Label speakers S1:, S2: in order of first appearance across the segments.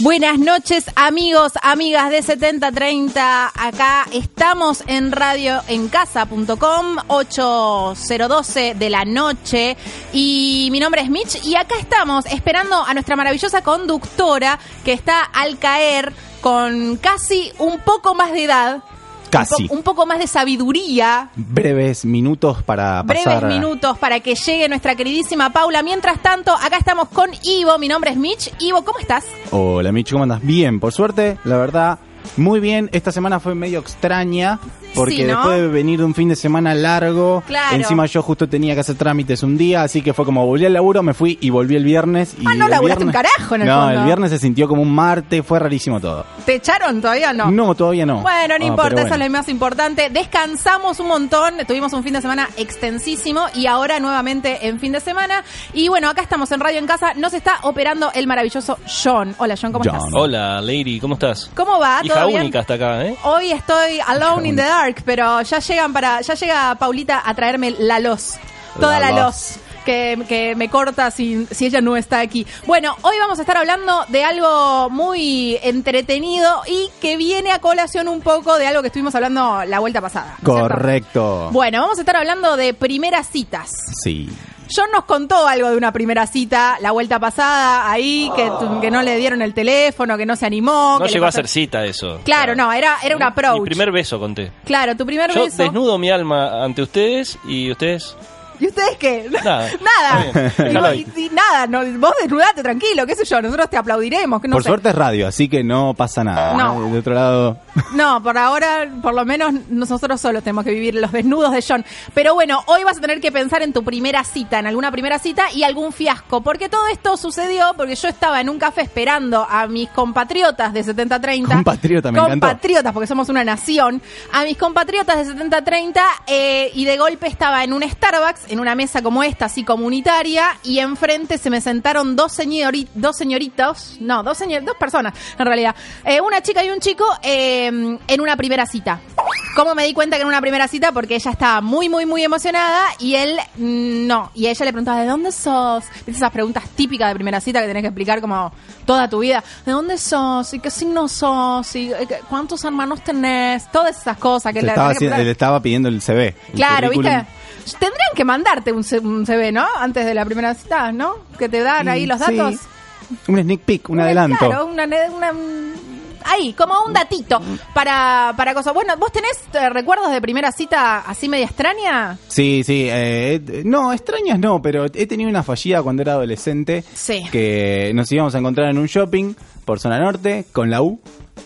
S1: Buenas noches, amigos, amigas de 7030. Acá estamos en radioencasa.com, 8012 de la noche. Y mi nombre es Mitch y acá estamos esperando a nuestra maravillosa conductora que está al caer con casi un poco más de edad.
S2: Casi.
S1: Un, po- un poco más de sabiduría,
S2: Breves minutos para pasar.
S1: breves minutos para que llegue nuestra queridísima Paula. Mientras tanto, acá estamos con Ivo, mi nombre es Mitch. Ivo, ¿cómo estás?
S2: Hola, Michu, ¿cómo andas? Bien, por suerte, la verdad, muy bien. Esta semana fue medio extraña porque
S1: Sí, ¿no?
S2: después de venir de un fin de semana largo,
S1: Claro.
S2: encima yo justo tenía que hacer trámites un día, así que fue como volví al laburo, me fui y volví el viernes. Y
S1: Ah, no
S2: el
S1: laburaste un
S2: viernes-
S1: carajo en el
S2: No,
S1: fondo.
S2: el viernes se sintió como un martes, fue rarísimo todo.
S1: ¿Te echaron todavía o no?
S2: No, todavía no.
S1: Bueno, no
S2: Ah,
S1: importa,
S2: pero
S1: eso es
S2: bueno.
S1: lo más importante. Descansamos un montón, tuvimos un fin de semana extensísimo y ahora nuevamente en fin de semana. Y bueno, acá estamos en Radio en Casa, nos está operando el maravilloso John. Hola John, ¿cómo
S2: John.
S1: estás?
S3: Hola, Lady, ¿cómo estás?
S1: ¿Cómo va? Ah, ¿Todo
S3: Hija
S1: bien?
S3: única hasta acá, ¿eh?
S1: Hoy estoy alone in the
S2: única.
S1: dark, pero ya llegan para, ya llega Paulita a traerme la los, toda la,
S2: La
S1: los.
S2: los.
S1: Que, que me corta si, si ella no está aquí. Bueno, hoy vamos a estar hablando de algo muy entretenido y que viene a colación un poco de algo que estuvimos hablando la vuelta pasada. ¿no es cierto?
S2: Correcto.
S1: Bueno, vamos a estar hablando de primeras citas.
S2: Sí.
S1: John nos contó algo de una primera cita la vuelta pasada, ahí, que, tu- que no le dieron el teléfono, que no se animó.
S3: No
S1: que le
S3: llegó a
S1: pasó-
S3: ser cita eso.
S1: Claro, no, era, era un approach.
S3: Mi primer beso conté.
S1: Claro, tu primer
S3: Yo
S1: beso.
S3: desnudo mi alma ante ustedes y ustedes.
S1: ¿Y ustedes qué?
S3: Nada.
S1: nada.
S3: Está bien,
S1: Y
S3: déjalo
S1: vos-
S3: ahí.
S1: y- y nada, no, vos desnudate tranquilo, qué sé yo, nosotros te aplaudiremos, que no
S2: por
S1: sé.
S2: suerte es radio, así que no pasa nada.
S1: No.
S2: Del otro lado.
S1: No, por ahora, por lo menos nosotros solos tenemos que vivir los desnudos de John. Pero bueno, hoy vas a tener que pensar en tu primera cita, en alguna primera cita y algún fiasco. Porque todo esto sucedió porque yo estaba en un café esperando a mis compatriotas de 7030.
S2: Compatriota, me encantó.
S1: Compatriotas, porque somos una nación. A mis compatriotas de 7030 eh, y de golpe estaba en un Starbucks, en una mesa como esta, así comunitaria, y enfrente se me sentaron dos, señori- dos señoritos, no, dos, señor- dos personas en realidad, Eh, una chica y un chico eh, en una primera cita. ¿Cómo me di cuenta que era una primera cita? Porque ella estaba muy, muy, muy emocionada y él mm, no. Y ella le preguntaba, ¿de dónde sos? ¿Viste Esas preguntas típicas de primera cita que tenés que explicar como toda tu vida. ¿De dónde sos? ¿Y qué signo sos? ¿Y eh, qué- cuántos hermanos tenés? Todas esas cosas que
S2: Se
S1: le
S2: estaba,
S1: tenés que
S2: haciendo- le
S1: preguntar.
S2: estaba pidiendo el CV. el
S1: Claro,
S2: currículum.
S1: ¿viste? Tendrían que mandarte un C- un CV, ¿no? Antes de la primera cita, ¿no? Que te dan ahí
S2: Mm,
S1: los
S2: sí.
S1: datos.
S2: Un sneak peek, un
S1: Una-
S2: adelanto.
S1: Claro, una, una- mm, ahí, como un datito para, para cosas. Bueno, ¿vos tenés eh, recuerdos de primera cita así media extraña?
S2: Sí, sí. eh, eh, no, extrañas no, pero he tenido una fallida cuando era adolescente.
S1: Sí.
S2: Que nos íbamos a encontrar en un shopping por zona norte con la U.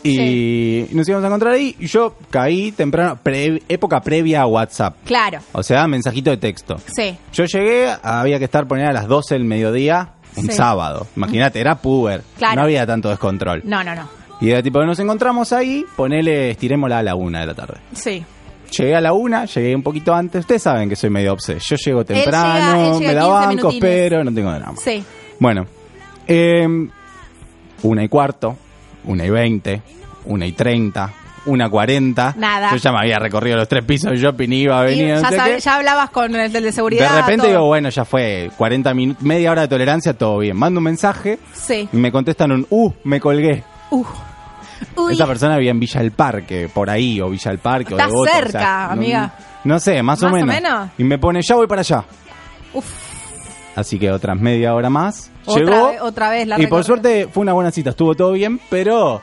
S2: Y nos íbamos a encontrar ahí. Y yo caí temprano, pre- época previa a WhatsApp.
S1: Claro,
S2: O sea, mensajito de texto.
S1: sí.
S2: Yo llegué, había que estar poner a las 12 del mediodía, un
S1: Sí.
S2: sábado. Imagínate, era puber.
S1: Claro.
S2: No había tanto descontrol.
S1: No, no, no.
S2: Y era tipo, nos encontramos ahí, ponele, estirémosla a la una de la tarde.
S1: Sí.
S2: Llegué a la una, llegué un poquito antes. Ustedes saben que soy medio obses. Yo llego
S1: llega- él
S2: temprano,
S1: llega
S2: me la
S1: 15
S2: banco,
S1: minutines.
S2: pero no tengo drama.
S1: Sí.
S2: Bueno, eh, una y cuarto, una y veinte, una y treinta, una cuarenta.
S1: Nada.
S2: Yo ya me había recorrido los tres pisos de shopping, iba,
S1: Y
S2: venía, no
S1: ya,
S2: sé
S1: sabe-
S2: qué.
S1: ya hablabas con el del de
S2: De
S1: seguridad.
S2: repente
S1: todo.
S2: digo, bueno, ya fue 40 minutos, media hora de tolerancia, todo bien. Mando un mensaje
S1: Sí.
S2: y me contestan un, uh, me colgué.
S1: Uh. Uy.
S2: Esa persona vivía en Villa del Parque, por ahí, o Villa del Parque,
S1: Está
S2: o de Boto, o sea,
S1: cerca,
S2: no-
S1: amiga.
S2: No, sé,
S1: ¿Más
S2: más, o,
S1: o
S2: menos.
S1: menos?
S2: Y me pone, ya voy para allá.
S1: Uf.
S2: Así que otras media hora más.
S1: Otra
S2: llegó.
S1: ve- otra vez la
S2: Y por
S1: recorrida.
S2: suerte fue una buena cita, estuvo todo bien, pero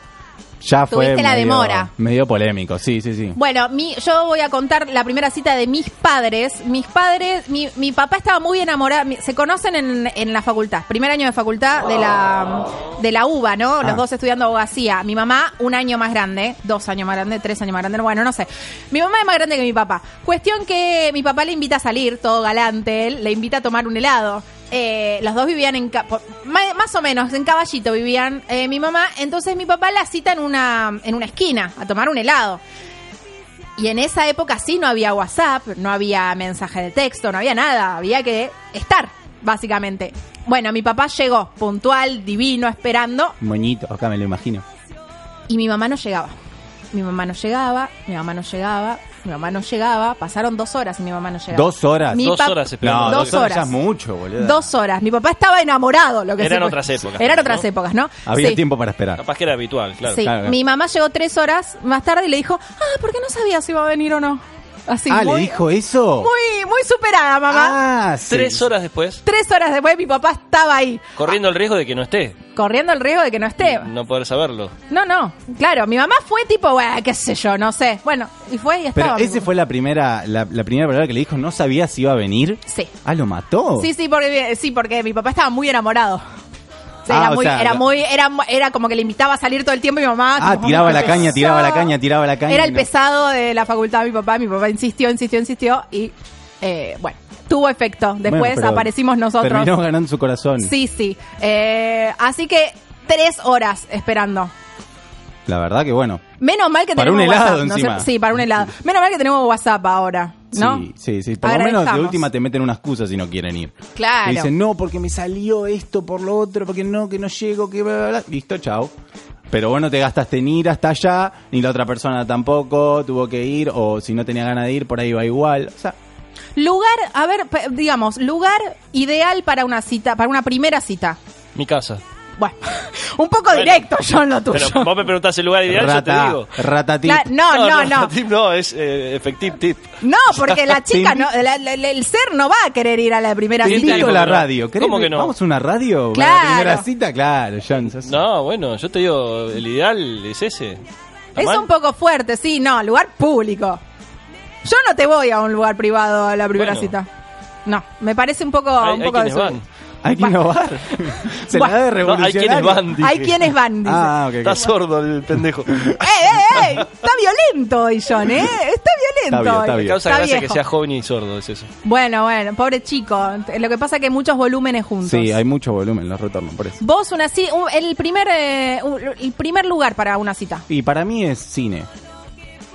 S2: ya fue.
S1: Tuviste la
S2: medio-
S1: demora.
S2: Medio polémico, sí, sí, sí.
S1: Bueno, mi, yo voy a contar la primera cita de mis padres. Mis padres, mi, mi papá estaba muy enamorado, mi- se conocen en, en la facultad, primer año de facultad de la, de la UBA, ¿no? Los
S2: Ah.
S1: dos estudiando abogacía. Mi mamá, un año más grande, dos años más grande, tres años más grande, bueno, no sé. Mi mamá es más grande que mi papá. Cuestión que mi papá le invita a salir, todo galante, él, le invita a tomar un helado. Eh, los dos vivían en ca- por- ma- más o menos en caballito vivían eh, mi mamá entonces mi papá la cita en una en una esquina a tomar un helado y en esa época sí no había WhatsApp, no había mensaje de texto, no había nada, había que estar, básicamente. Bueno, mi papá llegó puntual, divino, esperando,
S2: Moñito, acá me lo imagino.
S1: y mi mamá no llegaba. Mi mamá no llegaba, mi mamá no llegaba, mi mamá no llegaba, pasaron dos horas y mi mamá no llegaba.
S2: ¿Dos horas?
S1: Mi
S3: Dos
S1: pap-
S3: horas esperando.
S2: No,
S3: Dos
S2: dos horas. ya
S1: horas.
S2: es mucho, boludo.
S1: Dos horas. Mi papá estaba enamorado, lo que
S3: Eran
S1: se puede-
S3: otras épocas,
S1: Eran
S3: ¿no?
S1: otras épocas, ¿no?
S2: Había
S1: Sí.
S2: tiempo para esperar.
S3: Capaz que era habitual, claro.
S1: Sí.
S2: claro, claro.
S1: Mi mamá llegó tres horas más tarde y le dijo, ah, ¿por qué no sabía si iba a venir o no? Así,
S2: ah,
S1: muy,
S2: ¿le dijo eso?
S1: muy, muy superada, mamá.
S2: Ah, sí.
S3: Tres horas después,
S1: Tres horas después mi papá estaba ahí,
S3: corriendo el riesgo de que no esté.
S1: corriendo el riesgo de que no esté.
S3: No poder saberlo.
S1: No, no, claro, mi mamá fue tipo, "Bah, qué sé yo, no sé. Bueno, y fue y
S2: Pero
S1: estaba. mi
S2: esa
S1: papá.
S2: fue la primera, la, la primera palabra que le dijo, no sabía si iba a venir.
S1: Sí.
S2: Ah, lo mató.
S1: Sí, sí, porque sí, porque mi papá estaba muy enamorado. O sea,
S2: Ah,
S1: era
S2: o
S1: muy,
S2: sea,
S1: era
S2: la-
S1: muy, era, era como que le invitaba a salir todo el tiempo y mi mamá.
S2: Ah,
S1: como,
S2: tiraba la
S1: "Pesado".
S2: caña, tiraba la caña, tiraba la caña.
S1: Era
S2: y
S1: el
S2: no-
S1: pesado de la facultad de mi papá, mi papá insistió, insistió, insistió y eh, bueno, tuvo efecto. Después
S2: Bueno, pero
S1: aparecimos nosotros.
S2: Terminó ganando su corazón.
S1: Sí, sí. Eh, así que tres horas esperando.
S2: La verdad que bueno.
S1: Menos mal que
S2: Para
S1: tenemos
S2: un helado
S1: WhatsApp, ¿no es
S2: encima.
S1: cierto? Sí, para un helado. Menos mal que tenemos WhatsApp ahora, ¿no?
S2: Sí, sí, sí. Por lo menos de
S1: Agradezcamos.
S2: última te meten una excusa si no quieren ir.
S1: Claro.
S2: Te dicen, no, porque me salió esto, por lo otro, porque no, que no llego, que bla, bla, bla". Listo, chao. Pero vos no te gastaste ni ir hasta allá, ni la otra persona tampoco tuvo que ir, o si no tenía ganas de ir, por ahí va igual. O sea,
S1: Lugar, a ver, pe- digamos, lugar ideal para una cita, para una primera cita.
S3: Mi casa.
S1: Bueno, un poco
S3: Bueno,
S1: directo, yo en lo tuyo.
S3: Pero vos me preguntás el lugar ideal, yo Eh, te
S2: rata,
S3: digo.
S2: ratatit.
S1: Claro, no, no, no.
S3: tip no, es eh, efective tip.
S1: No, porque la chica, no, la- la- la- el ser no va a querer ir a la primera
S2: Te
S1: cita.
S2: invito a
S3: digo
S2: la
S3: que no.
S2: radio. ¿Querés
S3: ¿Cómo que no?
S2: ¿Vamos a una radio?
S1: Claro.
S2: ¿Para la primera cita? Claro, John. sos-
S3: No, bueno, yo te digo, el ideal es ese. ¿Está
S1: Es
S3: mal?
S1: un poco fuerte, sí, no, lugar público. Yo no te voy a un lugar privado a la primera
S3: Bueno.
S1: cita. No, me parece un poco,
S3: Hay,
S1: un
S3: hay
S1: poco
S3: quienes van.
S1: desobediente.
S2: Hay que innovar. Se la da de
S3: No, hay
S2: revolucionario.
S3: quienes van. dije.
S1: Hay quienes van, dice.
S2: Ah, ok, ok.
S3: Está sordo el pendejo.
S1: ¡Eh, eh, eh! Está violento hoy, John, ¿eh? Está violento
S2: Está bien, está
S1: hoy.
S2: bien.
S3: Me causa
S1: Está
S3: gracia que
S1: viejo.
S3: sea joven y sordo, es eso.
S1: Bueno, bueno, pobre chico. Lo que pasa es que hay muchos volúmenes juntos.
S2: Sí, hay mucho volumen, los retornos, por eso.
S1: Vos, una ci- un- el, primer, eh, un- el primer lugar para una cita.
S2: Y para mí es cine.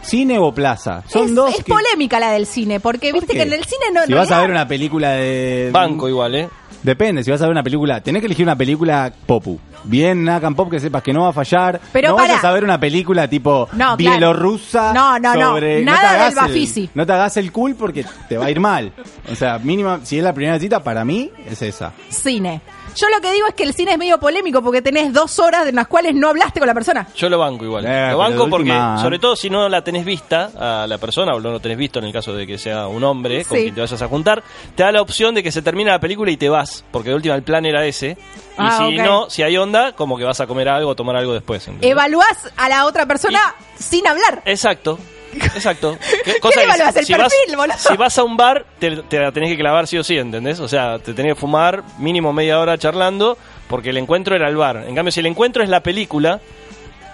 S2: Cine o plaza. Son
S1: es,
S2: dos.
S1: es
S2: que-
S1: polémica la del cine, porque
S2: ¿Por
S1: viste
S2: qué?
S1: que en el cine no. en
S2: Si vas
S1: realidad-
S2: a ver una película de.
S3: Banco igual, ¿eh?
S2: Depende, si vas a ver una película. Tenés que elegir una película popu. Bien, Nakan Pop, que sepas que no va a fallar.
S1: Pero
S2: no
S1: pará.
S2: vayas a ver una película tipo
S1: No, claro.
S2: bielorrusa.
S1: No, no, no.
S2: sobre- te
S1: Nada del
S2: hagas el-
S1: Bafisi.
S2: No te hagas el cool porque te va a ir mal. O sea, mínima, si es la primera cita, para mí es esa.
S1: Cine. Yo lo que digo es que el cine es medio polémico porque tenés dos horas en las cuales no hablaste con la persona.
S3: Yo lo banco igual.
S2: Eh, pero
S3: lo banco
S2: de
S3: porque,
S2: última-
S3: sobre todo si no la tenés vista a la persona, o no lo tenés visto en el caso de que sea un hombre con
S1: Sí.
S3: quien te vayas a juntar, te da la opción de que se termina la película y te vas, porque de última el plan era ese. Y
S1: Ah,
S3: si
S1: ok.
S3: no, si hay onda, como que vas a comer algo o tomar algo después. ¿entendés?
S1: Evaluás a la otra persona sin hablar.
S3: Exacto. Exacto. Que-
S1: ¿Qué
S3: cosa
S1: le
S3: que
S1: evaluás? El
S3: vas,
S1: perfil, boludo.
S3: si vas a un bar, te, te la tenés que clavar sí o sí, ¿entendés? O sea, te tenés que fumar mínimo media hora charlando porque el encuentro era el bar. En cambio, si el encuentro es la película,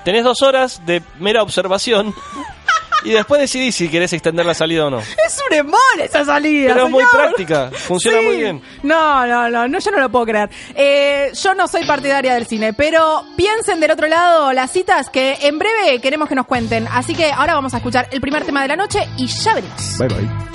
S3: tenés dos horas de mera observación y después decidís si querés extender la salida o no.
S1: Es un embole esa salida.
S3: Pero es muy
S1: señor.
S3: práctica, funciona
S1: Sí.
S3: muy bien.
S1: No, no, no, no, yo no lo puedo creer. Eh, yo no soy partidaria del cine, pero piensen del otro lado las citas que en breve queremos que nos cuenten. Así que ahora vamos a escuchar el primer tema de la noche y ya venimos.
S2: Bye, bye.